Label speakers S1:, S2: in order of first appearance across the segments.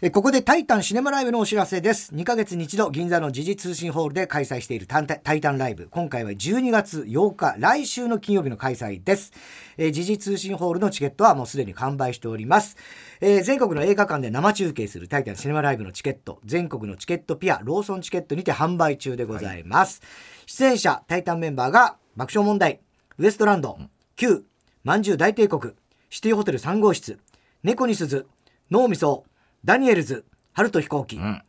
S1: えここでタイタンシネマライブのお知らせです。2ヶ月に一度、銀座の時事通信ホールで開催しているタンタタイタンライブ。今回は12月8日、来週の金曜日の開催です。え時事通信ホールのチケットはもうすでに完売しております。えー、全国の映画館で生中継するタイタンシネマライブのチケット、全国のチケットピア、ローソンチケットにて販売中でございます。はい、出演者、タイタンメンバーが、爆笑問題、ウエストランド、Q、まんじゅう大帝国、シティホテル3号室、猫に鈴、脳みそ、ダニエルズ、春と飛行機。うん、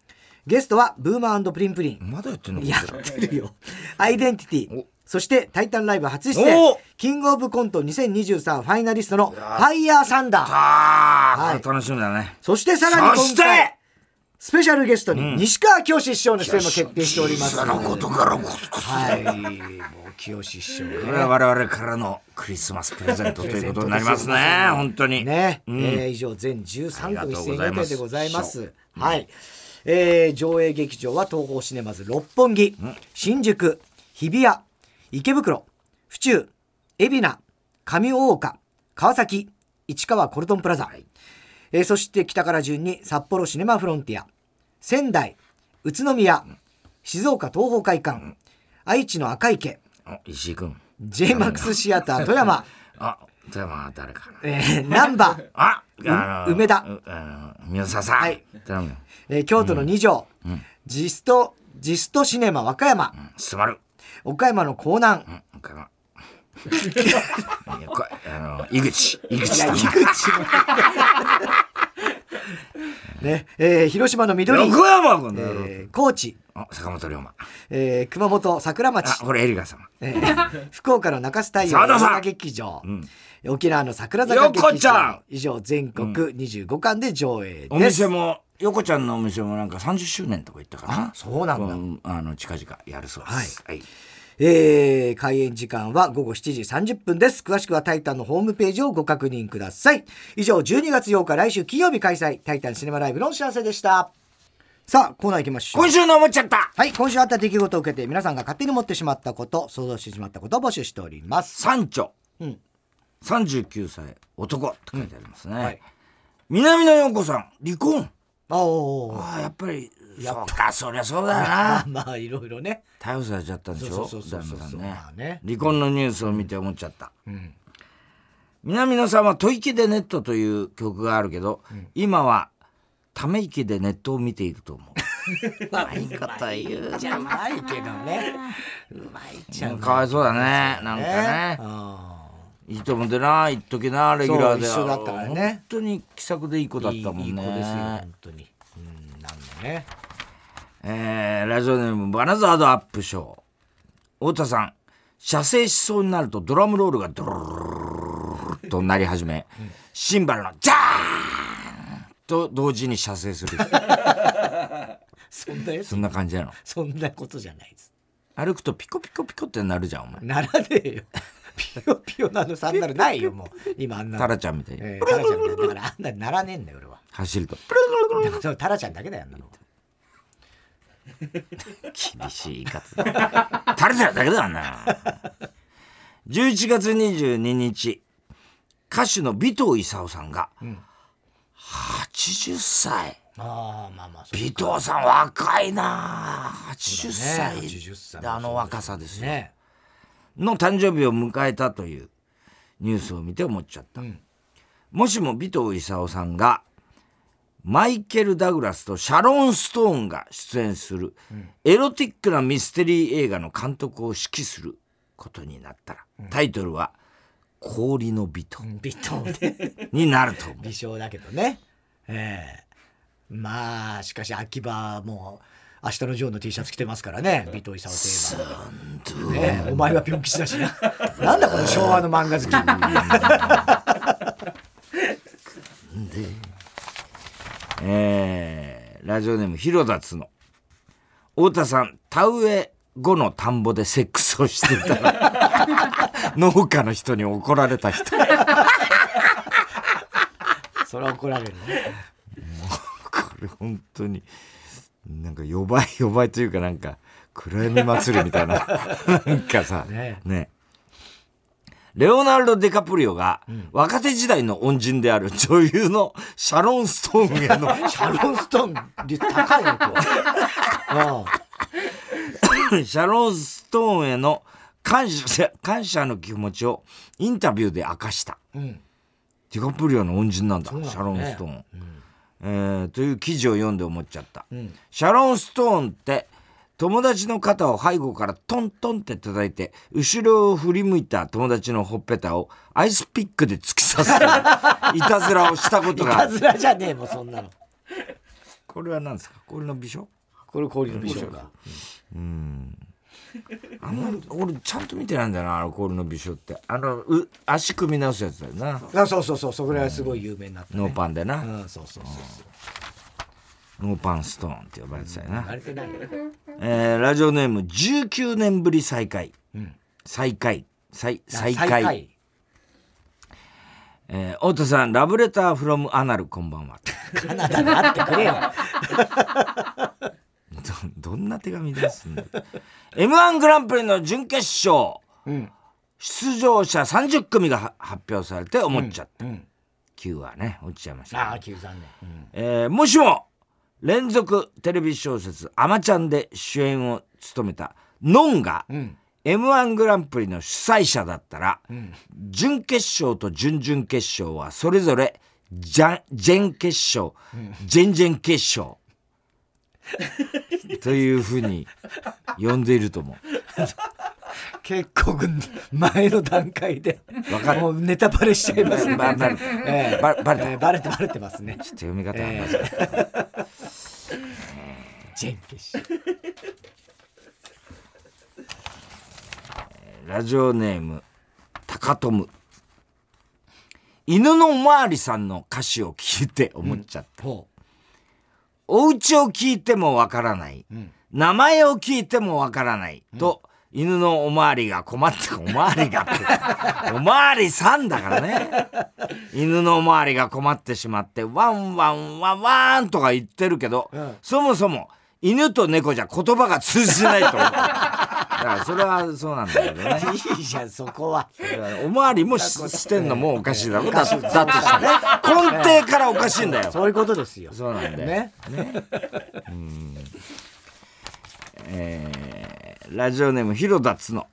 S1: ゲストは、ブーマープリンプリン。
S2: まだやってんの
S1: やってるよ。アイデンティティ。そして、タイタンライブ初出演。キングオブコント2023ファイナリストの、ファイヤーサンダー。
S2: はい、楽しみだね。
S1: そして、さらに今回、スペシャルゲストに、西川きよし師匠の出演も決定しております。
S2: そのことからこそ。
S1: はい。もう、きよし師匠、ね。
S2: これは我々からのクリスマスプレゼントということになりますね。本当に。
S1: ね。うえ以上、全13組出演予定でございます。はい。えー、上映劇場は東宝シネマズ六本木、新宿、日比谷、池袋、府中、海老名、上大岡、川崎、市川コルトンプラザ。えー、そして北から順に札幌シネマフロンティア、仙台、宇都宮、静岡東宝会館、愛知の赤池、
S2: 石井君、
S1: JMAX シアター富 山、
S2: あ、富山は誰かな。
S1: えー、難波、
S2: あ、
S1: 梅田、
S2: 宮沢さん、はい、
S1: えー、京都の二条、ジスト、ジストシネマ和歌山、
S2: すまる、
S1: 岡山の江南、
S2: 岡 山。あの井口井口さん井
S1: 口ねえー、広島の緑
S2: 横山君
S1: だ、えー、高知
S2: 坂本龍馬、
S1: えー、熊本桜町
S2: これエリガ様、
S1: えー、 福岡の中洲太陽映画劇場、うん、沖縄の桜坂劇場以上全国25巻で上映です、うん、お
S2: 店も横ちゃんのお店もなんか30周年とか行ったかな
S1: そうなん
S2: だあの近々やるそうです、
S1: はい、はいえー、開演時間は午後7時30分です。詳しくはタイタンのホームページをご確認ください。以上、12月8日来週金曜日開催、タイタンシネマライブのお知らせでした。さあ、コーナー行きましょ
S2: う。今週の思っちゃった
S1: はい、今週あった出来事を受けて、皆さんが勝手に持ってしまったこと、想像してしまったことを募集しております。
S2: 三丁。うん。39歳、男って書いてありますね。うんはい、南野陽子さん、離婚。
S1: あ
S2: あ、やっぱりそうか、そりゃそうだよ な。
S1: まあ、いろいろね。
S2: 逮捕されちゃったんでしょそうそうそうね。離婚のニュースを見て思っちゃった。南野さんは「吐息でネット」という曲があるけど、今はため息でネットを見ていると思う。 うまいこと言う
S1: じゃないけどね。うまいじゃん。
S2: かわいそうだね。なんかね。いいと思うんでな、一時な、レギュラーで。
S1: 一緒だったからね。
S2: 本当に気さくでいい子だったもんね。いい子
S1: ですよ、本当に。うん、なんだね。
S2: えー、ラジオネームバナザードアップショー太田さん射精しそうになるとドラムロールがドローッと鳴り始め、うん、シンバルのジャーンと同時に射精する
S1: そんな
S2: そんな感じなの
S1: そんなことじゃないです
S2: 歩くとピコピコピコってなるじゃんお前
S1: ならねえよピヨピヨなのサンダルないよもう今あんな
S2: タラちゃんみたいに、
S1: えー、タラちゃんみたいだからあんなならねえんだよ俺は
S2: 走ると
S1: タラちゃんだけだよあんなの
S2: 厳しい言い方垂れてるだけだな11月22日歌手の尾藤勲さんが、うん、80歳
S1: あまあまあ
S2: 尾藤さん若いな80歳,、ね、80歳であの若さですよ、ね、の誕生日を迎えたというニュースを見て思っちゃった、うん、もしも尾藤勲さんがマイケル・ダグラスとシャロン・ストーンが出演するエロティックなミステリー映画の監督を指揮することになったら、タイトルは「氷の美と」
S1: 美とね、
S2: になると思う
S1: 微笑だけどねええー、まあしかし秋葉も明日のジョーの T シャツ着てますからね尾藤勲といえば、ね、お前はピョン吉だしななんだこの昭和の漫画好
S2: きでえー、ラジオネーム広田つの。太田さん、田植え後の田んぼでセックスをしていた ら、農家の人に怒られた人。
S1: それは怒られるね。
S2: もう、これ本当に、なんか、呼ばい呼ばいというかなんか、暗闇祭りみたいな、なんかさ、ね,ね。レオナルド・デカプリオが、若手時代の恩人である女優のシャロン・ストーンへの
S1: シャロンストーン率高いの今日
S2: シャロン・ストーンへの感謝 感謝の気持ちをインタビューで明かした。
S1: うんうん
S2: ディカプリオの恩人なんだ
S1: うなんだね
S2: シャロン・ストーン、えーという記事を読んで思っちゃった、
S1: ん
S2: シャロン・ストーンって友達の肩を背後からトントンって叩いて後ろを振り向いた友達のほっぺたをアイスピックで突き刺す いたずらをしたこと
S1: いた
S2: が
S1: ずらじゃねえもんそんなの
S2: これは何ですかこれの美少
S1: これ氷の美少か
S2: あんまり俺ちゃんと見てないんだよなアルコールの美少ってあのう足組み直すやつだよな
S1: あそうそうそうそこらはすごい有名になった
S2: ノー
S1: ね
S2: パンでな、
S1: うんそうそうそうそう
S2: ノーパンストーンって呼ばれてたよな、
S1: あれって何
S2: えーラジオネーム19年ぶり再開、再開再再開えー太田さんラブレターフロムアナルこんばんは
S1: カナダで会ってくれよ
S2: どど んな手紙出すんだ m 1グランプリの準決勝、出場者30組がは発表されて思っちゃった、9はね落ちちゃいました
S1: ああ急残念うん
S2: えーもしも連続テレビ小説「あまちゃん」で主演を務めたのんが、m 1グランプリの主催者だったら、準決勝と準々決勝はそれぞれじゃジェン決勝、ジェンジェン決勝 というふうに呼んでいると思 う
S1: 結構前の段階で
S2: わかる
S1: もうネタバレしちゃいますね
S2: ババレた
S1: ええ
S2: ババレた
S1: ええバレてバレてます
S2: ち
S1: ね
S2: ょっと読み方がまずい
S1: ジェンケシ
S2: ラジオネーム、タカトム。犬のおまわりさんの歌詞を聞いて思っちゃった。
S1: ほ
S2: お家を聞いてもわからない。名前を聞いてもわからない。と、犬のおまわりが困って、 おまわりがって。おまわりさんだからね。犬のおまわりが困ってしまって、ワンワンワンワンとか言ってるけど、
S1: うん
S2: そもそも犬と猫じゃ言葉が通じないと思 う。だからそれはそうなんだけどね。
S1: ういいじゃんそこは
S2: おまわりもししてんの もおかしいだろだだとしたらね根底からおかしいんだよ
S1: そういうことですよ
S2: そうなんだよ
S1: ね
S2: えーラジオネーム広田つの、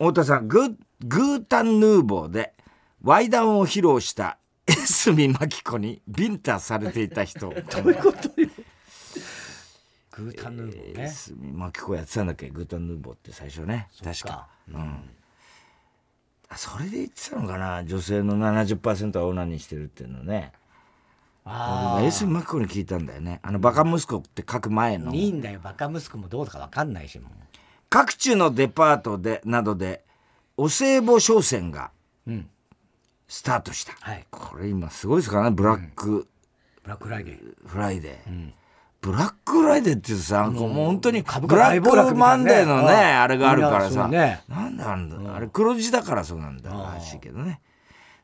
S2: 太田さんグーグータンヌーボーでワイダンを披露した 江角真紀子にビンタされていた 人
S1: グータンヌーボー
S2: 江
S1: ね
S2: 角真紀子やってたんだっけグータンヌーボーって最初ね確かあそれで言ってたのかな女性の70%はオナニーしてるっていうのね
S1: あ
S2: 江角真紀子に聞いたんだよねあのバカ息子って書く前
S1: あ
S2: の
S1: いいんだよバカ息子もどうだかわかんないしもう
S2: 各地のデパートでなどでお歳暮商戦が
S1: ん
S2: スタートした、
S1: はい
S2: これ今すごいですからねブラック
S1: ブラックフライデー
S2: フライデー、ブラックフライデーっていうさ、こうもう本当に
S1: 株
S2: ブ
S1: 価
S2: ラ
S1: 大暴落
S2: ックマンデーの
S1: み
S2: ね
S1: たいなね
S2: あれがあるから
S1: みん
S2: さ、
S1: なそうね
S2: なんだあんだ、あれ黒字だからそうなんだらしいけどね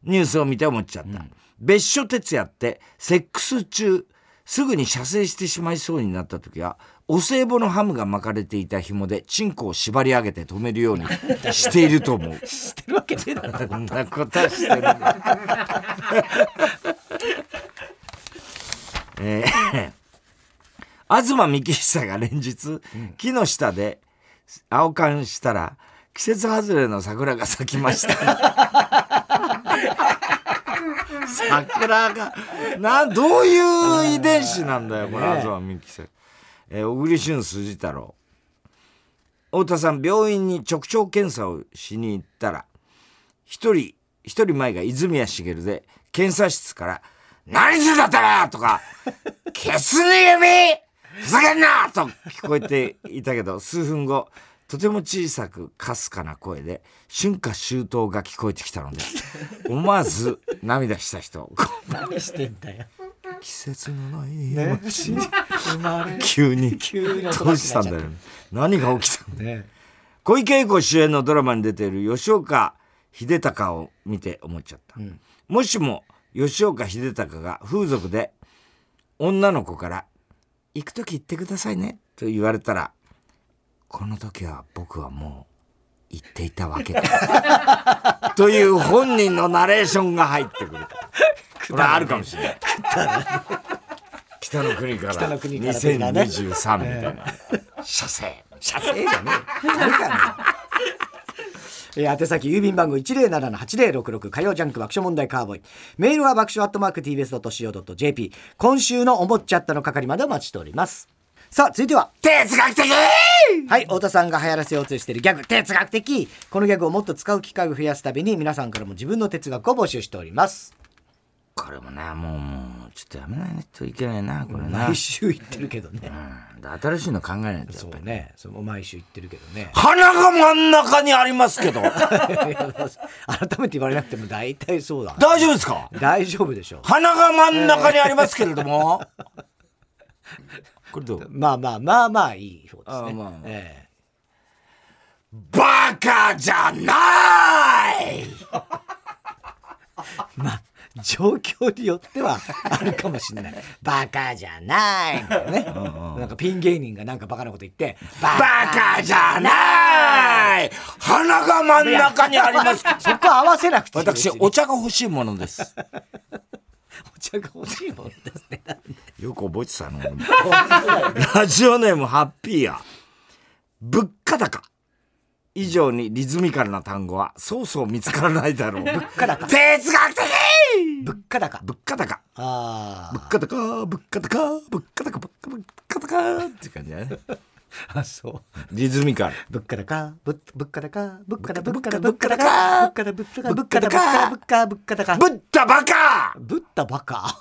S2: ニュースを見て思っちゃった、別所哲也ってセックス中すぐに射精してしまいそうになった時はお歳暮のハムが巻かれていた紐でチンコを縛り上げて止めるようにしていると思 う
S1: 知ってるわけねえだろ
S2: そんなことはしてるね えー東幹久が連日、木の下で青缶したら季節外れの桜が咲きました桜がなどういう遺伝子なんだよこれ東幹久、えー小栗旬辻太郎太田さん病院に直腸検査をしに行ったら一人、一人前が泉谷しげるで、検査室から、何するんだったらとか、ケツに指ふざけんなと聞こえていたけど、数分後、とても小さくかすかな声で、春夏秋冬が聞こえてきたので、思わず涙した人、
S1: 何してんだよ
S2: 季節のない街に、
S1: 生ま れ
S2: 急に、
S1: 急に
S2: どうしたんだよ。何が起きたんだ
S1: ね
S2: 小池栄子主演のドラマに出ている吉岡秀隆を見て思っちゃった、もしも吉岡秀隆が風俗で女の子から「行く時行ってくださいね」と言われたら「この時は僕はもう言っていたわけだ。 という本人のナレーションが入ってくる。これあるかもしれない。北の国から
S1: 北の国からというかね
S2: 2023みたいな。射精。射精じゃねえ。
S1: えー宛先郵便番号107-8066火曜ジャンク爆笑問題カーボーイメールは爆笑アットマーク TBS.CO.JP 今週の思っちゃったの係までお待ちしておりますさあ続いては
S2: 哲学的
S1: はい太田さんが流行らせようとしているギャグ哲学的このギャグをもっと使う機会を増やすために皆さんからも自分の哲学を募集しております
S2: これもね、もう、もう、ちょっとやめないといけないな、これな。
S1: 毎週言ってるけどね
S2: うん新しいの考えないとやっ
S1: そ
S2: ぱり
S1: うねそれも毎週言ってるけどね
S2: 鼻が真ん中にありますけど
S1: いや改めて言われなくても大体そうだ
S2: 大丈夫ですか
S1: 大丈夫でしょう
S2: 鼻が真ん中にありますけれども これどう
S1: まあまあまあまあいい方です
S2: あ
S1: ね
S2: まあまあ
S1: ええ
S2: バカじゃない
S1: まあ、状況によってはあるかもしれ ない。バカじゃないみたいなね。なんかピン芸人がなんかバカなこと言って、バ
S2: バカじゃない鼻が真ん中にあります
S1: カそこ合わせなくていい。
S2: 私
S1: 別に
S2: お茶が欲しいものです
S1: お茶が欲しいもんですね。
S2: よく覚えてたの俺もラジオネームハッピーや物価高以上にリズミカルな単語はそうそう見つからないだろう物
S1: 価高
S2: 哲学的
S1: 物価高。
S2: 物価高
S1: あ
S2: 物価高物価高物価高物価高って感じだね
S1: あ。あ、そう。
S2: リズミカル
S1: 物価高、ぶ物価高、物価高、物
S2: 物
S1: 価
S2: 価高
S1: 高、物価高、物価高、物
S2: 物
S1: 価
S2: 価高
S1: 高、物価高、物価高。
S2: ぶったバカ
S1: ぶったバ カ。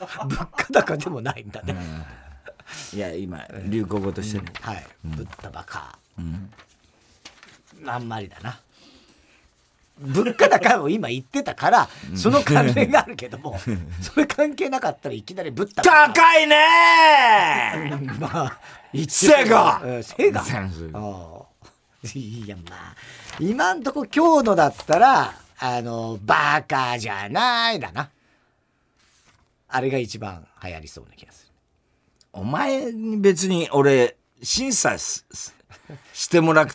S1: 物価高でもないんだね。
S2: いや今流行語としてね
S1: はい。ぶったバカ。あんまりだな。物価高を今言ってたから、その関連があるけ ども、それ関係なかったらいきなりぶったバカ。
S2: 高いね
S1: まあ、言ってた
S2: セガ
S1: うんセガ。
S2: セガ
S1: ああいや、まあ、今んとこ今日のだったら、あの、バカじゃないだな。あれが一番流行りそうな気がする。
S2: お前に別に俺審査すすしてもら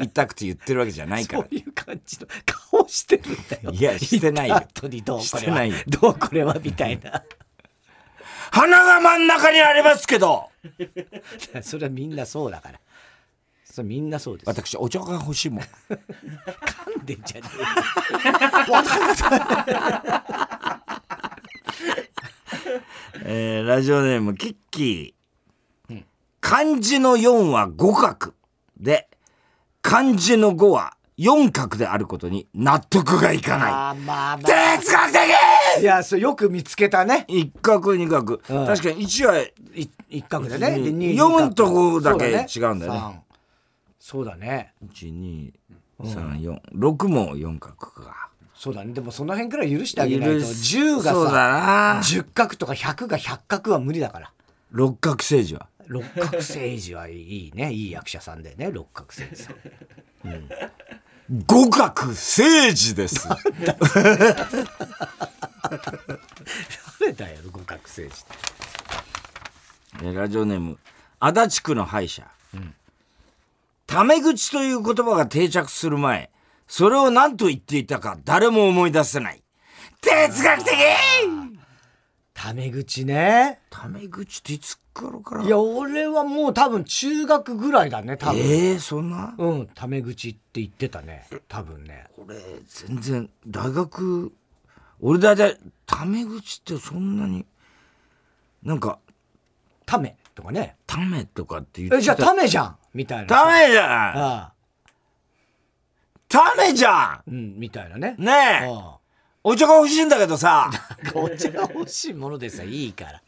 S2: いたくて言ってるわけじゃないか
S1: そ
S2: ら
S1: ういう感じの顔してるんだよ。
S2: いやしてないよ
S1: 言った後にどうこ
S2: し
S1: れ
S2: て
S1: は
S2: ないよ
S1: どうこれはみたいな。
S2: 鼻が真ん中にありますけど
S1: それはみんなそうだから。それみんなそうです。
S2: 私お茶が欲しいもん
S1: 噛んでんじゃね
S2: えーラジオネームキッキー。漢字の4は五角で、漢字の5は四角であることに納得がいか
S1: え。
S2: な
S1: あーまあま
S2: い。哲学的
S1: あ。いや、そうよく見つけたね。
S2: 一角二角。確かに一はい
S1: 一角だね。
S2: うん
S1: で二二角
S2: 読むとこだけ違うんだよね。
S1: 三そうだね。
S2: 1、2、3、4。6も四角か。
S1: そうだね。でもその辺くらい許してあげないと、十が
S2: そうだ
S1: さ、
S2: な。
S1: 十角とか百が百角は無理だから。
S2: 六角政治は。
S1: 六角政治はいいね。いい役者さんでね。六角政治さん。
S2: 五角政治 です。
S1: 誰だよ、五角政治って。
S2: えーラジオネーム足立区の歯医者、タメ口という言葉が定着する前それを何と言っていたか誰も思い出せない哲学的
S1: タメ口ね。
S2: タメ口っていつ頃から
S1: いや、俺はもう多分中学ぐらいだね、多分。
S2: えー、そんな
S1: うん、タメ口って言ってたね、多分ね。
S2: 俺全然大学俺大体タメ口ってそんなになんか
S1: タメとかね。
S2: タメとかって言って
S1: え、
S2: た
S1: じゃあタメじゃんみたいな。
S2: タメじゃん
S1: ああ
S2: タメじゃ
S1: うん、みたいなね。
S2: んねえ
S1: あ
S2: お茶が欲しいんだけど さ
S1: あお茶が欲しいものですよ、いいから。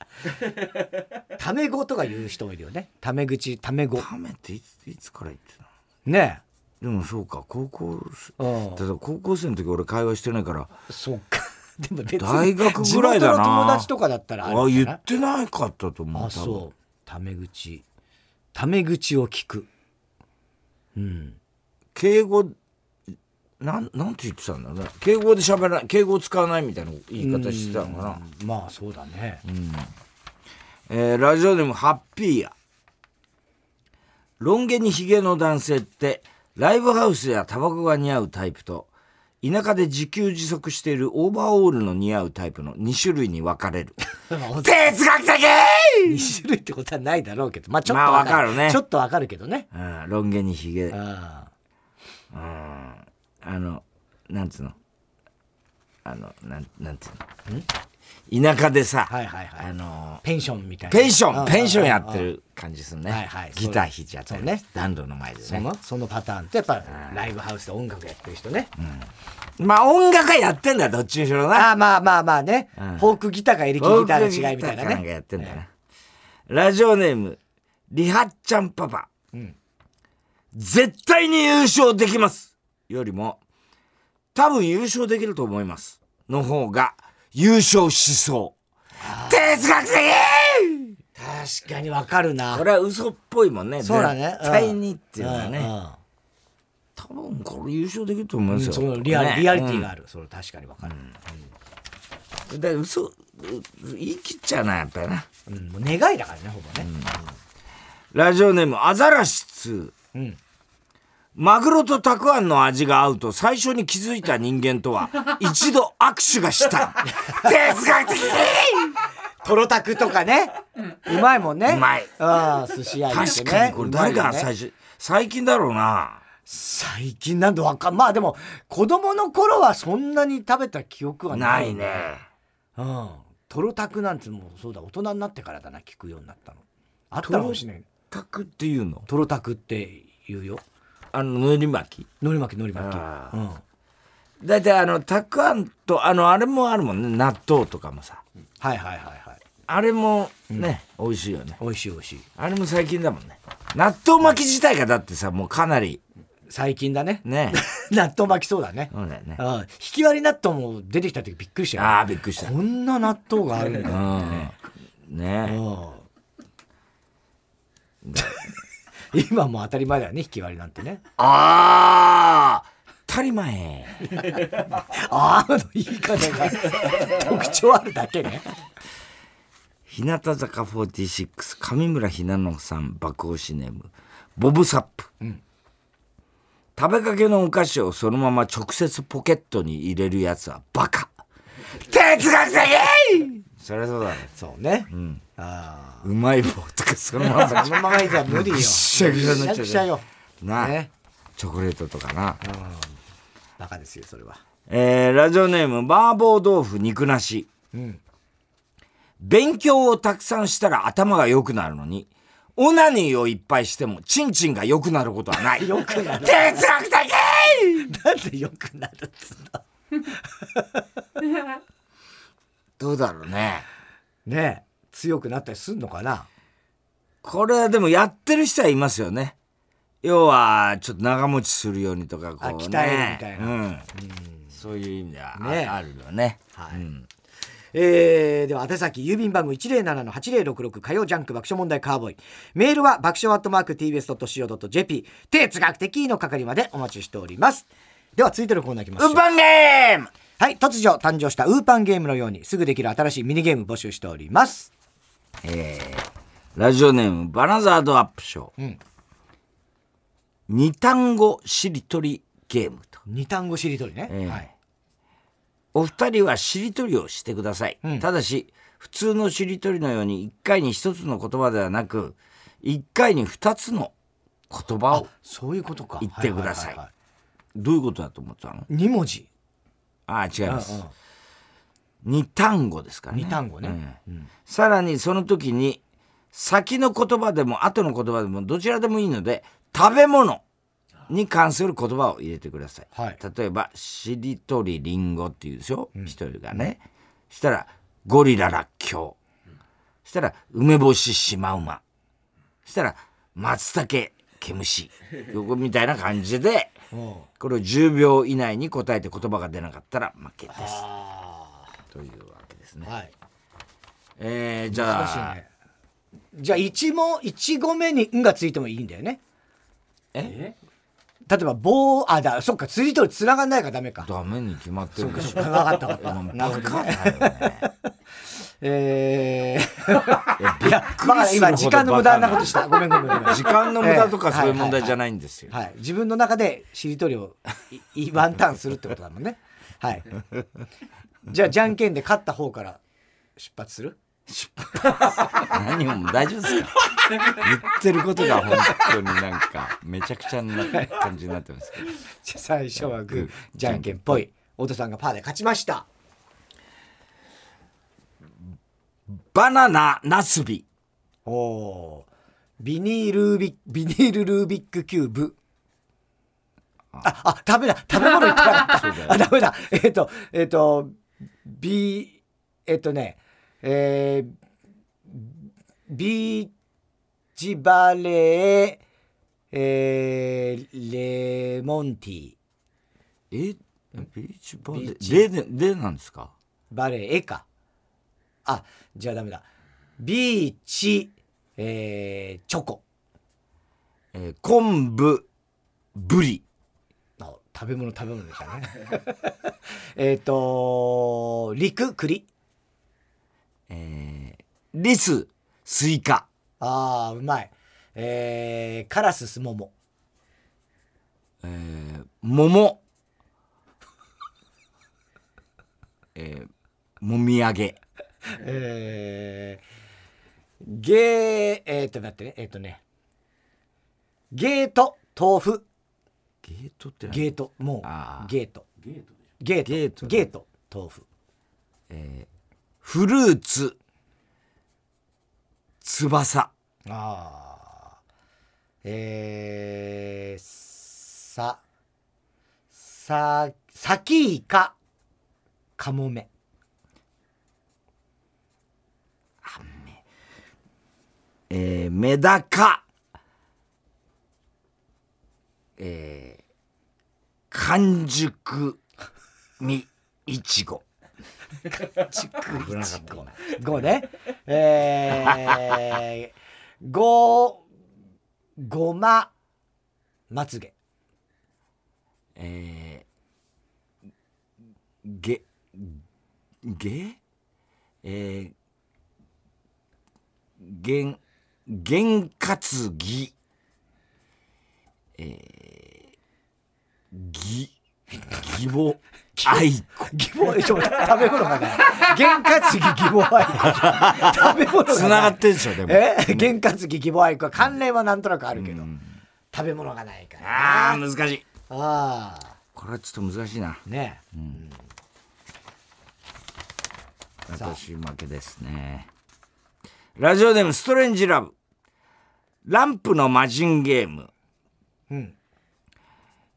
S1: タメ語とか言う人もいるよね。タメ口、タメ語。
S2: タメっていついつから言ってたの
S1: ね
S2: でもそうか高校
S1: う
S2: 生
S1: ん
S2: ただ高校生の時俺会話してないから
S1: え。そっか。でも別に。
S2: 大学ぐらいだな
S1: 地元の友達とかだったらあ
S2: あ
S1: る
S2: 言
S1: かな
S2: ってないかったと思う
S1: あ
S2: 多分
S1: そうタメ口タメ口を聞く
S2: 敬語なんなんて言ってたんだろうね敬語で喋らない敬語を使わないみたいな言い方してたのかな、
S1: まあそうだね、
S2: えーラジオでもハッピーやロン毛にヒゲの男性ってライブハウスやタバコが似合うタイプと、田舎で自給自足しているオーバーオールの似合うタイプの2種類に分かれる。哲学的
S1: !2 種類ってことはないだろうけど、まあちょっと
S2: まあ
S1: わか
S2: わ
S1: る,、
S2: かるね
S1: ちょっとわかるけどね。
S2: うん、ロン毛にヒゲ。うん、
S1: あ
S2: あの、なんつうのあの、なん、なんつうの田舎でさ、
S1: はいはいはい
S2: あの、
S1: ペンションみたいな。
S2: ペンショ
S1: う
S2: ン、
S1: ん
S2: ペンションやってる感じするね。
S1: はいはい
S2: ギター弾いちゃったり
S1: そうね
S2: 暖炉の前で
S1: そ
S2: ね。
S1: のそのパターンとやっぱライブハウスで音楽やってる人ね。
S2: まあ音楽はやってんだよ、どっちにしろな。
S1: ああまあまあまあね、
S2: うん
S1: フォークギターかエレキギターの違いみたいな
S2: フォークギターかんか
S1: ね。
S2: やってんだな。ラジオネーム、リハッちゃんパパ。
S1: ん
S2: 絶対に優勝できますよりも、多分優勝できると思います。の方が、優勝しそう。哲学的
S1: 確かにわかるな
S2: こ。れは嘘っぽいもんね。
S1: そうだね。
S2: 絶対にっていうのは
S1: んうん
S2: ね。多分これ優勝できると思います
S1: うん
S2: よ。
S1: そのリアリアリティが
S2: あ
S1: ある。その確かにわかる。
S2: る。だから嘘、う言い切っちゃうな、やっぱりな。
S1: うんもう願いだからねほぼね。
S2: ラジオネーム、アザラシ2。
S1: うん
S2: マグロとたくあんの味が合うと最初に気づいた人間と は一度握手がしたい。哲学的
S1: トロタクとかね。うまいもんね。
S2: うまい
S1: ああ、寿司屋行っ
S2: 確
S1: てね。
S2: かにこれ誰
S1: う
S2: が
S1: まいよね
S2: 最初、最近だろうな。
S1: 最近なんでわかん、まあでも、子供の頃はそんなに食べた記憶はな。
S2: ないいね。。
S1: うん。トロタクなんてもうそうだ、大人になってからだな、聞くようになったの。あったのかもしれない。
S2: たくっていうの
S1: トロタクって言うよ。
S2: あの、海苔巻き。
S1: のり巻きのり巻き。
S2: あ
S1: うん。
S2: だいたいあの、たくあんと、あの、あれもあるもんね。納豆とかもさ。
S1: はいはいはいはい。
S2: あれもね、美味しいよね。
S1: 美味しい美味しい。
S2: あれも最近だもんね。納豆巻き自体がだってさ、もうかなり、
S1: 最近だね。
S2: ね。
S1: 納豆巻きそうだね。
S2: そうだよね。
S1: ああ引き割り納豆も出てきた時びっくりしたよね
S2: ああ、びっくりした。
S1: こんな納豆があるんだ。
S2: うん。ね。
S1: うん 今もう当たり前だよね引き割りなんてね
S2: ああ当たり前
S1: ああの言い方が 特徴あるだけね
S2: 日向坂46上村ひなのさん爆押しネームボブサップ、食べかけのお菓子をそのまま直接ポケットに入れるやつはバカ哲学的 そりゃそうだね
S1: そうね、あ
S2: うまい棒とかそのまま
S1: あそのままいじゃ無理よ
S2: ぐっしゃぐしゃになっちゃうね
S1: ぐしゃよ
S2: なあ、
S1: ね
S2: チョコレートとかな、
S1: バカですよそれは
S2: えーラジオネーム麻婆豆腐肉なし、
S1: ん
S2: 勉強をたくさんしたら頭が良くなるのにオナニーをいっぱいしてもチンチンが良くなることはない
S1: よくなる
S2: 哲学的
S1: なんでよくなるっつう
S2: どうだろうね
S1: のねえ強くなったりすんのかな
S2: これはでもやってる人はいますよね要はちょっと長持ちするようにとかこう、ね、
S1: あ鍛えるみたいな
S2: うんそういう意味ではあ,、
S1: ね
S2: あるよね、
S1: はい
S2: うん
S1: えーでは宛先郵便番号107-8066火曜ジャンク爆笑問題カーボーイメールは爆笑アットマーク TBS.CO.JP 哲学的の係までお待ちしておりますでは続いてのコーナーいきましょ
S2: ウ
S1: う
S2: ーパンゲーム
S1: はい突如誕生したウーパンゲームのようにすぐできる新しいミニゲーム募集しております
S2: ラジオネームバナザードアップショー、
S1: うん
S2: 二単語しりとりゲームと
S1: 二単語しりとりね、
S2: ええ
S1: はい、
S2: お二人はしりとりをしてください、ただし普通のしりとりのように一回に一つの言葉ではなく一回に二つの言葉
S1: あ
S2: を
S1: そういうことか
S2: 言ってください
S1: ははは
S2: どういうことだと思ってたの
S1: 二文字、
S2: ああ違い
S1: うんう
S2: ま
S1: ん
S2: す、二単語ですからね
S1: 二単語ね
S2: ええさらにその時に先の言葉でも後の言葉でもどちらでもいいので食べ物に関する言葉を入れてください、
S1: はい
S2: 例えば「しりとりりんご」っていうでしょ一、人がねしたら「ゴリラらっきょう」したら「梅干しシマウマ」したら「松茸毛虫」ここみたいな感じで
S1: うん
S2: これを10秒以内に答えて言葉が出なかったら負けです
S1: あ
S2: というわけです
S1: ー
S2: ね
S1: はい
S2: えー、じゃ
S1: 難しい
S2: あ、
S1: ねじゃあ一も一語目に「ん」がついてもいいんだよね
S2: え
S1: 例えば棒あだそっか釣りとり繋がんないからダメか
S2: ダメに決まってるでしょ
S1: 分かった分かったなる
S2: バ
S1: ほど
S2: カだよね
S1: えー、 いや、
S2: くりするほど
S1: 今、時間の無駄なことした。ごめんごめんごめん。
S2: 時間の無駄とか
S1: えー
S2: そういう問題じゃ
S1: は
S2: ないんですよ。
S1: はい、自分の中でしりとりをい いワンターンするってことだもんね。はい。じゃあじゃんけんで勝った方から出発する。
S2: 何も大丈夫ですか言ってることが本当になんかめちゃくちゃな感じになってますけど
S1: じゃあ最初はグー、じゃんけんぽい。太田さんがパーで勝ちました。
S2: バナナナスビ
S1: おおー。ビニールービッビニールルービックキューブ。あ、あ、ダメだ。食べ物言ってなかった。あ、ダメだ。えっ、と、えっ、と、ビ、えっ、とね、えー、ビーチバレー、えー、レモンティー、
S2: えビーチバレ
S1: ビー
S2: ーレでレなんですか
S1: バレエか。あ、じゃあダメだ。ビーチ、えー、チョコ。
S2: えー昆布ブリ
S1: あ食べ物食べ物でしたね えっと陸栗
S2: えーリススイカ
S1: あーうまいえー、カラススモモ
S2: えー桃えーもみあげ
S1: えー、ゲーえっと待ってねえっとねゲート豆腐
S2: ゲートって
S1: ゲートも
S2: あー
S1: うゲートゲート
S2: ゲ
S1: ゲ
S2: ー
S1: ー
S2: ト
S1: トゲート豆腐
S2: フルーツ翼
S1: あーえー、ささサキイカカモメ
S2: えー、メダカ、えー、完熟みいち ご。
S1: 危なかったな5ね。えー、 ご、ごま、まつげ。
S2: えー、げ、げえー、げん、げんかつぎ、えー、ぎ、ぎぼ、あいこ。
S1: 義母、えちょ、待って食べ物がない。験担ぎ義母愛子。食べ物がない。
S2: つながってるでしょ、でも。
S1: え験担ぎ義母愛子は関連はなんとなくあるけど、食べ物がないから。
S2: あ
S1: あ
S2: ー、難しい。
S1: あー。
S2: これはちょっと難しいな。
S1: ね
S2: 私負けですね。ラジオネームストレンジラブ。ランプの魔人ゲーム。
S1: うん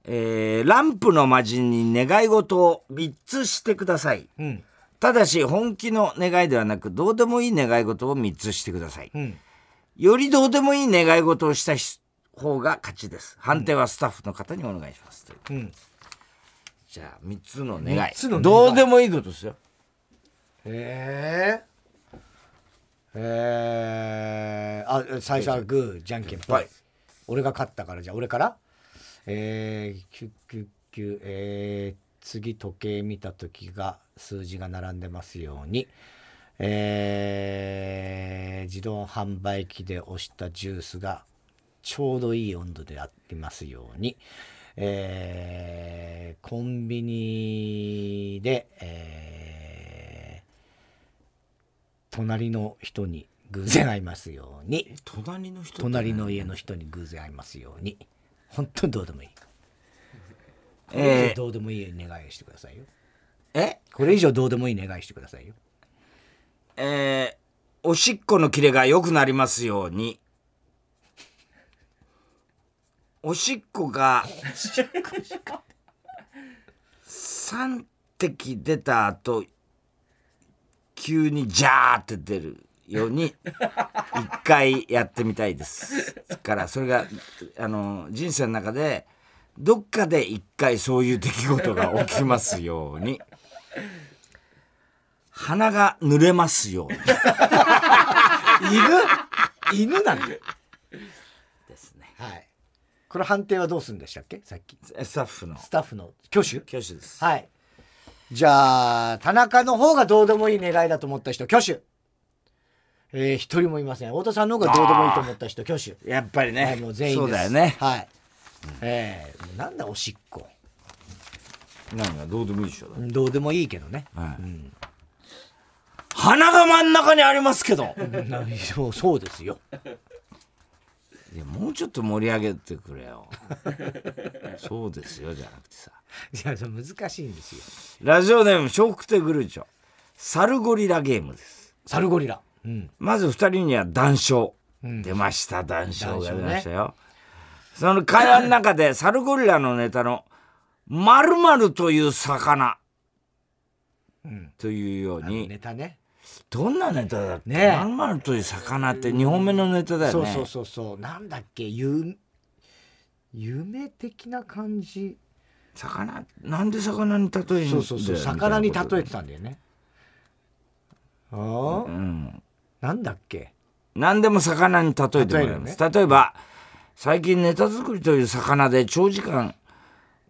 S2: えーランプの魔人に願い事を3つしてください。
S1: うん。
S2: ただし、本気の願いではなく、どうでもいい願い事を3つしてください。
S1: うん。
S2: よりどうでもいい願い事をしたし方が勝ちです。判定はスタッフの方にお願いします。という
S1: うん。
S2: じゃあ、3つの願い。
S1: 三つの願い
S2: どうでもいいことですよ。
S1: えー。えー、あ最初はグーじゃんけんぽい、
S2: はい
S1: 俺が勝ったからじゃあ俺からえー、キュッキュッキュえー、次時計見た時が数字が並んでますようにえー、自動販売機で押したジュースがちょうどいい温度でありますように、えー、コンビニで、えー、隣の人に偶然会いますように
S2: 隣の人
S1: 隣の家の人に偶然会いますように本当にどうでもいい、これ以
S2: え
S1: 上どうでもいい願いをしてくださいよ
S2: ーえ
S1: これ以上どうでもいい願いしてくださいよ
S2: えーおしっこのキレが良くなりますように。おしっこが、3滴出た後、急にジャーって出るように、一回やってみたいです。から、それが、あの、人生の中で、どっかで一回そういう出来事が起きますように。鼻が濡れますように。
S1: 犬犬なんでですねはいこの判定はどうするんでしたっけさっき
S2: スタッフの
S1: スタッフの挙手
S2: 教師です。
S1: はいじゃあ田中の方がどうでもいい願いだと思った人挙手えー、一人もいません。太田さんの方がどうでもいいと思った人、挙手。
S2: やっぱりね、
S1: はい、もう全員
S2: そ
S1: です。
S2: うだよね
S1: はい。えー、なんだおしっこ。
S2: なんかどうでもいいでしょ
S1: どうでもいいけどね。
S2: 鼻が真ん中にありますけど
S1: なそうそうですよ。
S2: いやもうちょっと盛り上げてくれ よそうですよじゃなくてさ
S1: いや、それ難しいんですよ。
S2: ラジオネームショックテグルーチョサルゴリラゲームです
S1: サルゴリラ。うん。
S2: まず二人には談笑、出ました談笑が
S1: 談
S2: 出
S1: 笑ね
S2: ましたよ、その会話の中でサルゴリラのネタの「まるまるという魚」というように
S1: ネタね。
S2: どんなネタだっけ、
S1: ねえ
S2: まるまるという魚って2本目のネタだよね
S1: そうそうそうそう。なんだっけ、ゆ夢的な感じ。
S2: 魚なんで魚に例えるんだよ
S1: そうそうそう。
S2: みたいなこと
S1: 魚に例えてたんだよね。ああ、
S2: うん
S1: なんだっけ。
S2: 何でも魚に例えてもらい
S1: 例える
S2: ます
S1: ね
S2: 例え,、ば最近ネタ作りという魚で長時間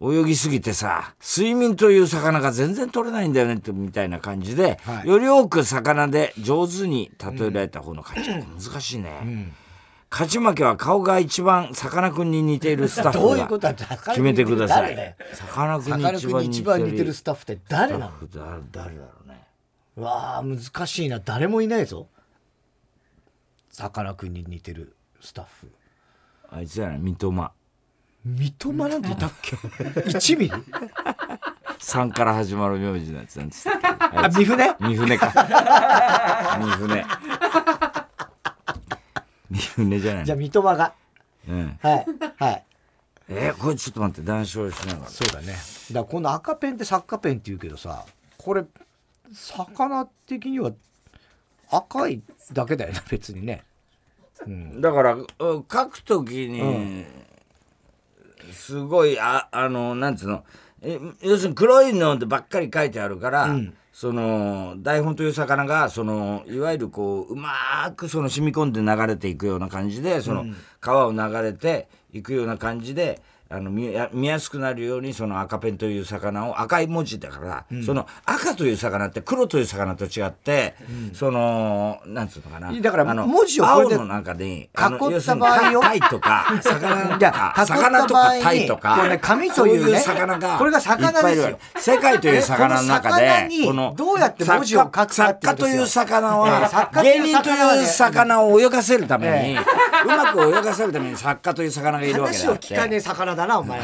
S2: 泳ぎすぎてさ睡眠という魚が全然取れないんだよねってみたいな感じで、
S1: はい
S2: より多く魚で上手に例えられた方の勝ち、難しいね、勝ち負けは顔が一番さかなクンに似ているスタッ
S1: どういうこ
S2: フ
S1: と
S2: が
S1: だって
S2: 決めてくださ
S1: 誰だよ
S2: いさかなク
S1: さ
S2: ン
S1: かなクンに
S2: に
S1: 一
S2: 一
S1: 番
S2: 番
S1: 似
S2: 似て
S1: てる
S2: る
S1: スタッフって誰なの
S2: 誰誰だろうね
S1: うわあ難しいな誰もいないぞさかなクンに似てるスタッフ
S2: あいつやな三笘
S1: 三笘なんていたっけ一味
S2: 3から始まる名字のやつなんです
S1: あ 三船
S2: 三船か。三船。三船じゃない
S1: じゃあ
S2: の。
S1: 三笘が
S2: うん、
S1: はいはい
S2: えーこれちょっと待って、談笑しながら。
S1: そうだねだからこの赤ペンってサッカーペンって言うけどさこれ魚的には赤いだけだよね別にね
S2: だから、う書くときに、すごい、あ、あの、なんつうの、え要するに黒いのばっかり書いてあるから、その台本という魚がそのいわゆるこううまーくその染み込んで流れていくような感じでその川を流れていくような感じであの見や見やすくなるようにその赤ペンという魚を赤い文字だから、その赤という魚って黒という魚と違って、そのなんつうのかな
S1: だから
S2: あの
S1: 文字をこれ
S2: 青
S1: で
S2: の中に
S1: 囲った場合を
S2: 要するにタイとか 魚とか魚とかタイとか
S1: これね紙というね
S2: そ魚が
S1: これが魚ですよ
S2: いっぱいいる世界という魚の中
S1: ね
S2: で
S1: この魚にどうやって文字を書くか
S2: 作家という魚は
S1: 作家とい
S2: 芸
S1: う魚
S2: 人
S1: はね
S2: という魚を泳がせるために、
S1: え
S2: うまく泳がせるために作家という魚がいるわけ
S1: 話
S2: だ
S1: を
S2: っ
S1: 聞かね
S2: て
S1: え魚だなお前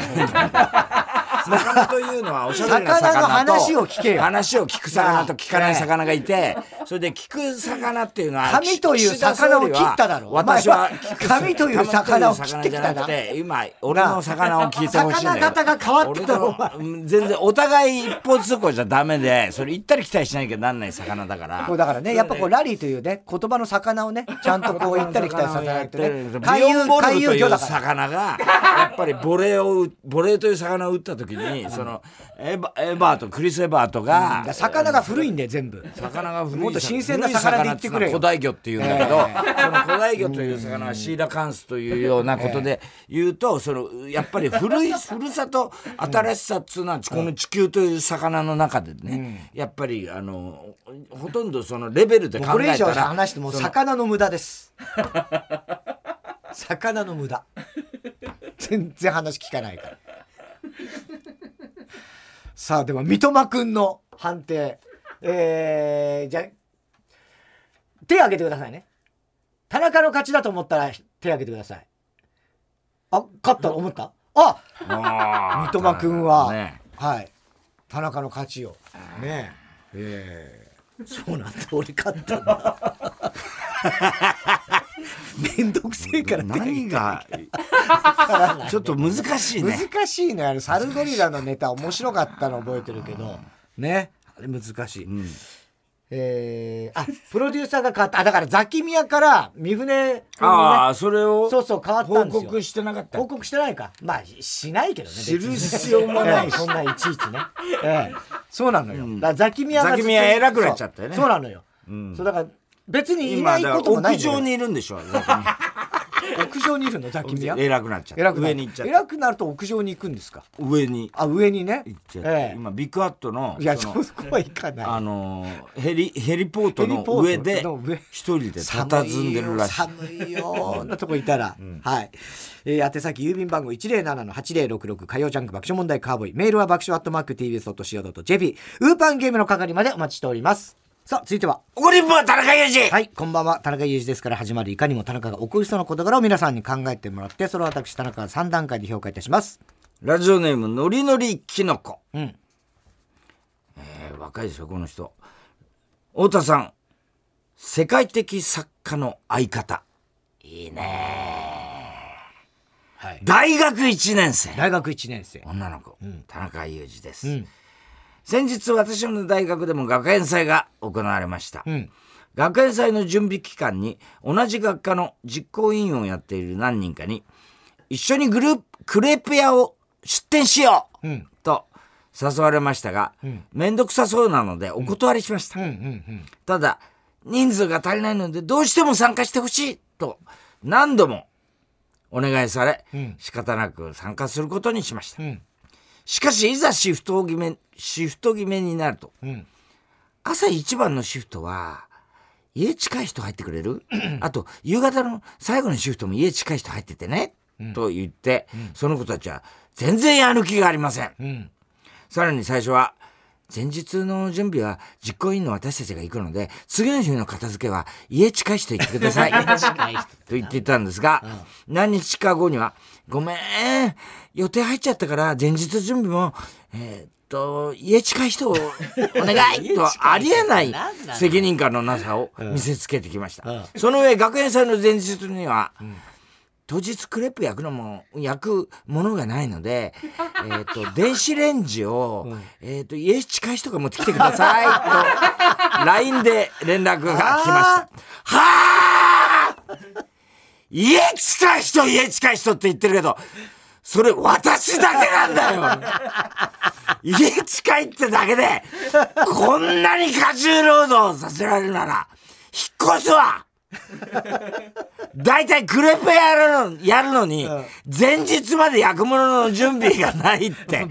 S2: 魚というのはおしゃべりな魚と
S1: 魚の話を聞けよ
S2: 話を聞く魚と聞かない魚がいてそれで聞く魚っていうのは
S1: 紙という魚を切っただろ
S2: 岸田総理は私
S1: お前は
S2: は聞く
S1: 紙という魚を切っ
S2: 紙という魚
S1: てきたな
S2: じゃなくて今俺の魚を聞いてほしいんだよ
S1: 魚型が変わってたろ
S2: 俺のうん全然お互い一方通行じゃダメでそれ行ったり来たりしなきゃなんない魚だから
S1: こうだからねやっぱこうラリーというね言葉の魚をねちゃんとこう行ったり来たりさせないとね
S2: 海
S1: 海
S2: 遊
S1: 遊
S2: ボル
S1: 海
S2: ブと
S1: 遊
S2: いう
S1: 魚だから
S2: 魚がやっぱりボレーを打ボレーという魚を打った時にそのエバエバートクリス・エバート
S1: だ
S2: が
S1: から魚が古いんだよ全部
S2: 魚が古い
S1: もっと新鮮な魚で言ってくれよ
S2: 古い魚っていうのは古代魚っていうんだけど、その古代魚という魚はシーラカンスというようなことで言うと、そのやっぱり古 い古さと新しさっつうのはこの地球という魚の中でね、やっぱりあのほとんどそのレベルで
S1: もう
S2: 考
S1: これ
S2: え
S1: 以上
S2: たら
S1: 話してもう
S2: その
S1: 魚の無駄です魚の無駄全然話聞かないからさあでは三笘君の判定えー、じゃあ手挙げてくださいね田中の勝ちだと思ったら手挙げてくださいあ勝ったと思ったあ
S2: あ
S1: 三
S2: ー
S1: 笘君は、
S2: ね
S1: はい田中の勝ちをねええそうなんだ俺勝ったんだ めんどくせえから手が
S2: 何がちょっと難しいね。
S1: 難しいのよあのサルゴリラのネタ面白かったの覚えてるけどねあれ難しい、えーあプロデューサーが変わったあだからザキミヤから三船君に
S2: あ
S1: ね
S2: あそれを
S1: そうそう変わったんですよ
S2: 報告してなかった
S1: 報告してないかまあししないけどね
S2: 知る
S1: 別にね
S2: 必要もないし
S1: ええそんないちいちね、ええ、そうなのよ、だからザキミヤがずっ
S2: ザ
S1: と
S2: キミヤ偉くなっちゃったよね
S1: そうそうなのよ、そうだから別にい
S2: 今
S1: ない
S2: だ
S1: こ
S2: か
S1: とも
S2: ら
S1: ない
S2: 屋上
S1: んだけど
S2: にいるんでしょ。だから
S1: 屋上にいるのザキミヤ
S2: 偉くなっちゃった
S1: 偉く
S2: 上
S1: なる
S2: に行っちゃった
S1: 偉くなると屋上に行くんですか
S2: 上に
S1: あ上にね
S2: 行っちゃって、
S1: ええ
S2: 今ビッグアットの
S1: いや
S2: そ
S1: そ
S2: の
S1: こは行かない
S2: あのーヘリヘリポート
S1: ヘ
S2: の
S1: リポート
S2: 上で
S1: の上
S2: 一人で佇んでるらしい
S1: 寒いよ寒いよなとこいたら、はい、えー、宛先郵便番号107-8066火曜ジャンク爆笑問題カーボーイメールは爆笑アットマーク TBS.CO.JP ウーパンゲームの係までお待ちしておりますさあ続いては
S2: 怒りんぼは田中裕二、
S1: はいこんばんは田中裕二ですから始まるいかにも田中が起こりそうな事柄を皆さんに考えてもらってそれを私田中が3段階で評価いたします
S2: ラジオネームのりのりきのこ、
S1: うん
S2: えー若いですよこの人太田さん世界的作家の相方いいね
S1: はい
S2: 大学1年生
S1: 大学1年生
S2: 女の子、田中裕二です、
S1: うん
S2: 先日私の大学でも学園祭が行われました、
S1: うん
S2: 学園祭の準備期間に同じ学科の実行委員をやっている何人かに一緒にグループクレープ屋を出店しよう、
S1: うん
S2: と誘われましたが面倒、くさそうなのでお断りしました、
S1: うんうん
S2: ただ人数が足りないのでどうしても参加してほしいと何度もお願いされ、仕方なく参加することにしました、
S1: ん
S2: しかしいざシフト決めシフト決めになると、
S1: ん
S2: 朝一番のシフトは家近い人入ってくれるあと夕方の最後のシフトも家近い人入っててね、と言って、その子たちは全然やる気がありません
S1: うんうん
S2: さらに最初は、前日の準備は実行委員の私たちが行くので、次の日の片付けは家近い人行ってくだ さい。と言っていたんですが、何日か後には、ごめん、予定入っちゃったから前日準備も、えーっと、家近い 人をお願いとありえない責任感のなさを見せつけてきました。その上、学園祭の前日には、当日クレープ焼くのも焼くものがないの でえっと電子レンジを、えっと家近い人が持ってきてください と LINE で連絡が来ましたはあ家近い人家近い人って言ってるけどそれ私だけなんだよ家近いってだけでこんなに過重労働をさせられるなら引っ越すわ大体クレープやるのやるのに、前日まで焼くものの準備がない って、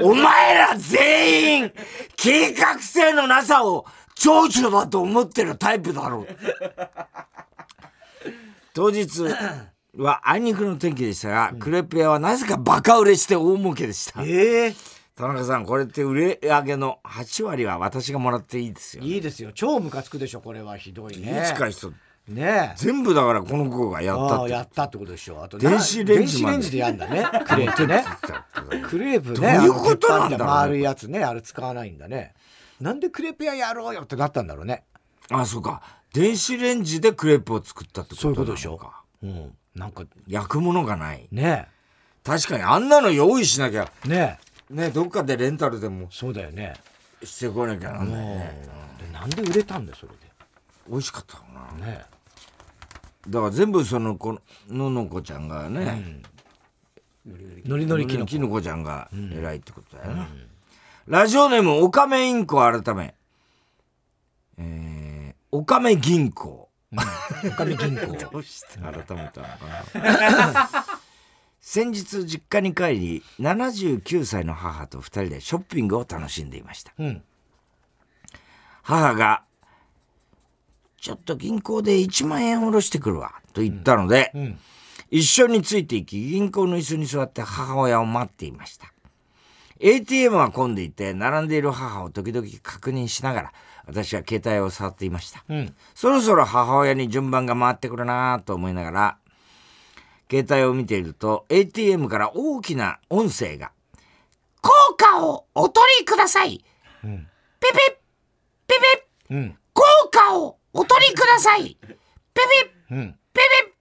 S2: お前ら全員、計画性のなさを長所だと思ってるタイプだろう。当日はあいにくの天気でしたが、クレープ屋はなぜかバカ売れして大儲けでした。
S1: ええ
S2: 田中さん、これって売り上げの8割は私がもらっていいですよ。
S1: いいですよ超ムカつくでしょこれはひどいね
S2: 近い人、
S1: ねえ
S2: 全部だからこの子がやった
S1: あ
S2: っ
S1: あ
S2: て。
S1: やったってことでしょあと
S2: 電子レンジま
S1: な
S2: で
S1: 電子レンジでやんだねクレープねクレープね
S2: どういうことなんだろうね
S1: あの鉄板みたい丸いやつねあれ使わないんだねなんでクレープ屋やろうよってなったんだろうね
S2: あそうか電子レンジでクレープを作ったってこと
S1: そういうこ
S2: な
S1: と
S2: の
S1: でしょ
S2: か
S1: うんなんか
S2: 焼くものがない
S1: ね
S2: 確かにあんなの用意しなきゃ
S1: えねえ
S2: ねどっかでレンタルでも
S1: そうだよね
S2: してこなきゃなんないね
S1: でなんで売れたんだよそれ
S2: 美味しかったかな
S1: でね
S2: だから全部そのこののこちゃんがね、
S1: えノリノリキノコ
S2: きのこちゃんが偉いってことだよな、ラジオネームオカメインコ改めえー、オカメ銀行
S1: おかみ銀行
S2: 改めたのかな先日実家に帰り79歳の母と2人でショッピングを楽しんでいました
S1: うん
S2: 母が「ちょっと銀行で1万円下ろしてくるわ」と言ったので、
S1: ん
S2: 一緒についていき銀行の椅子に座って母親を待っていました ATM は混んでいて並んでいる母を時々確認しながら私は携帯を触っていました、
S1: ん
S2: そろそろ母親に順番が回ってくるなぁと思いながら携帯を見ていると ATM から大きな音声が「効果をお取りください」ピピッピピッ
S1: うん
S2: 効果をお取りくださいピピッ
S1: うん
S2: ピピッ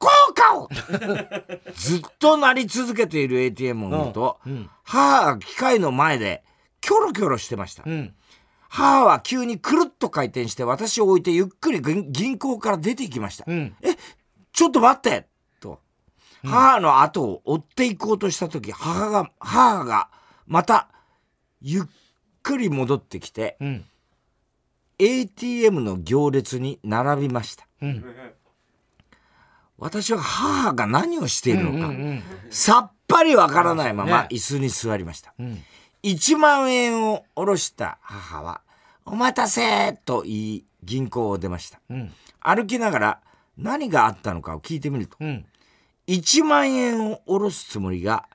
S2: 効果を ずっと鳴り続けている ATM を見ると、母が機械の前でキョロキョロしてました、
S1: ん
S2: 母は急にくるっと回転して私を置いてゆっくり銀銀行から出ていきました、
S1: ん
S2: えちょっと待ってと母の後を追っていこうとした時母が母がまたゆっくり戻ってきて、
S1: うん
S2: ATM の行列に並びました、私は母が何をしているのか、さっぱりわからないまま
S1: そう
S2: 椅子に座りました、
S1: ん
S2: 1万円を下ろした母は「お待たせ!」と言い銀行を出ました、
S1: ん
S2: 歩きながら何があったのかを聞いてみると、
S1: うん。
S2: 1万円を下ろすつもりが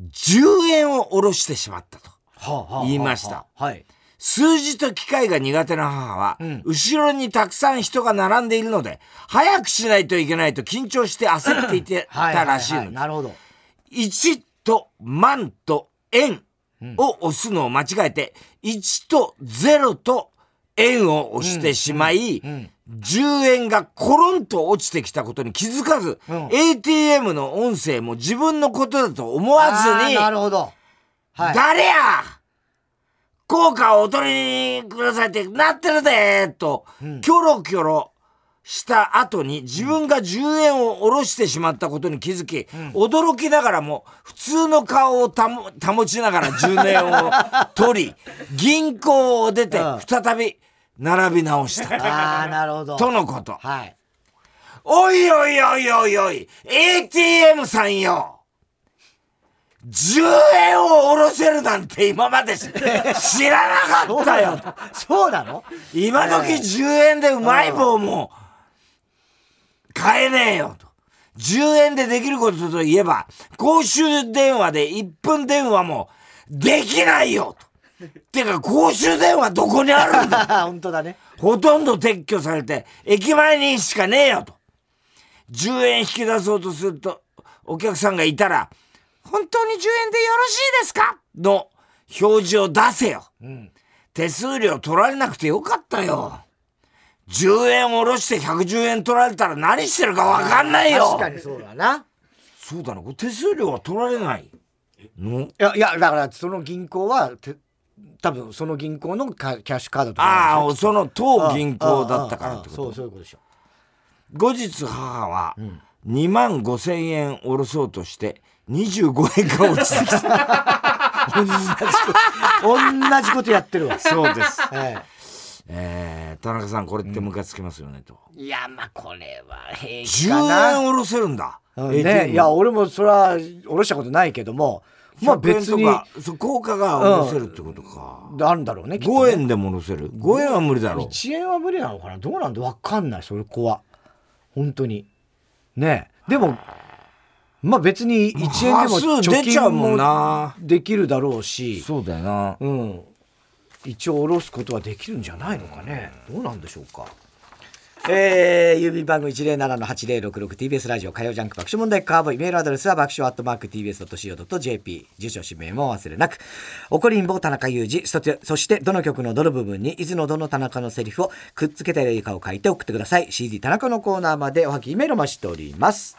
S2: 10円を下ろしてしまったと
S1: はあはあはあはあ
S2: 言いました。
S1: はい。
S2: 数字と機械が苦手な母は、
S1: ん
S2: 後ろにたくさん人が並んでいるので早くしないといけないと緊張して焦っていて
S1: はい
S2: た
S1: はは
S2: らしいのです、
S1: なるほど。
S2: 1と万と円を押すのを間違えて1と0と円を押してしまい、
S1: うん。
S2: 10円がコロンと落ちてきたことに気づかず、
S1: うん
S2: ATM の音声も自分のことだと思わずに
S1: あーなるほど。はい。
S2: 誰や効果をお取りくださいってなってるでと、キョロキョロした後に自分が10円を下ろしてしまったことに気づき、驚きながらも普通の顔をたも保ちながら10円を取 り、銀行を出て
S1: うん
S2: 再び並び直した。
S1: ああ、なるほど。
S2: とのこと。
S1: はい。
S2: おいおいおいおいおい、ATM さんよ。10円を下ろせるなんて今までし知らなかったよ。
S1: そうなの
S2: 今時10円でうまい棒も買えねえよと。10円でできることといえば、公衆電話で1分電話もできないよと。てか公衆電話どこにあるんだ
S1: ああ、本当だね。
S2: ほとんど撤去されて、駅前にしかねえよと。10円引き出そうとすると、お客さんがいたら、本当に10円でよろしいですかの表示を出せよ。
S1: うん。
S2: 手数料取られなくてよかったよ。10円下ろして110円取られたら何してるかわかんないよ
S1: 確。かにそうだな。
S2: そうだな、これ手数料は取られないの
S1: いや、いや、だから、その銀行は、て多分その銀行のカキャッシュカードとか
S2: あ
S1: なん
S2: あ、
S1: でしょ。
S2: その当銀行だったからってこと
S1: ああああそう、そういうこと でしょ。
S2: 後日母は2万5千円下ろそうとして25円が落ちてきた
S1: 同じことやって るわ。
S2: そうです、
S1: え
S2: えー、田中さんこれってムカつきますよねと、
S1: えいや、まあ、これは平
S2: 10円下ろせるんだ、
S1: うんね、いや俺もそれは下ろしたことないけどもま
S2: ま
S1: あ
S2: あ
S1: 別
S2: 別
S1: に
S2: にそう効果が下ろせるってことか、
S1: あるんだろうねきっと
S2: 5
S1: ね
S2: 円でも下ろせる5円は無理だろう
S1: 1円は無理なのかなどうなんだ分かんないそれ子は本当にねえでもまあ別に1円でも
S2: 端数
S1: 貯
S2: 出ちゃうもん
S1: 金も
S2: な
S1: できるだろうし
S2: そうだよな
S1: うん一応下ろすことはできるんじゃないのかねどうなんでしょうかえー、郵便番号 107-8066TBS ラジオ火曜ジャンク爆笑問題カーボーイメールアドレスは爆笑アットマーク TBS.CO.JP 住所氏名もお忘れなく怒りんぼ田中裕二そしてそしてどの曲のどの部分にいつのどの田中のセリフをくっつけたらいいかを書いて送ってください CD 田中のコーナーまでおはぎメールを待ちしております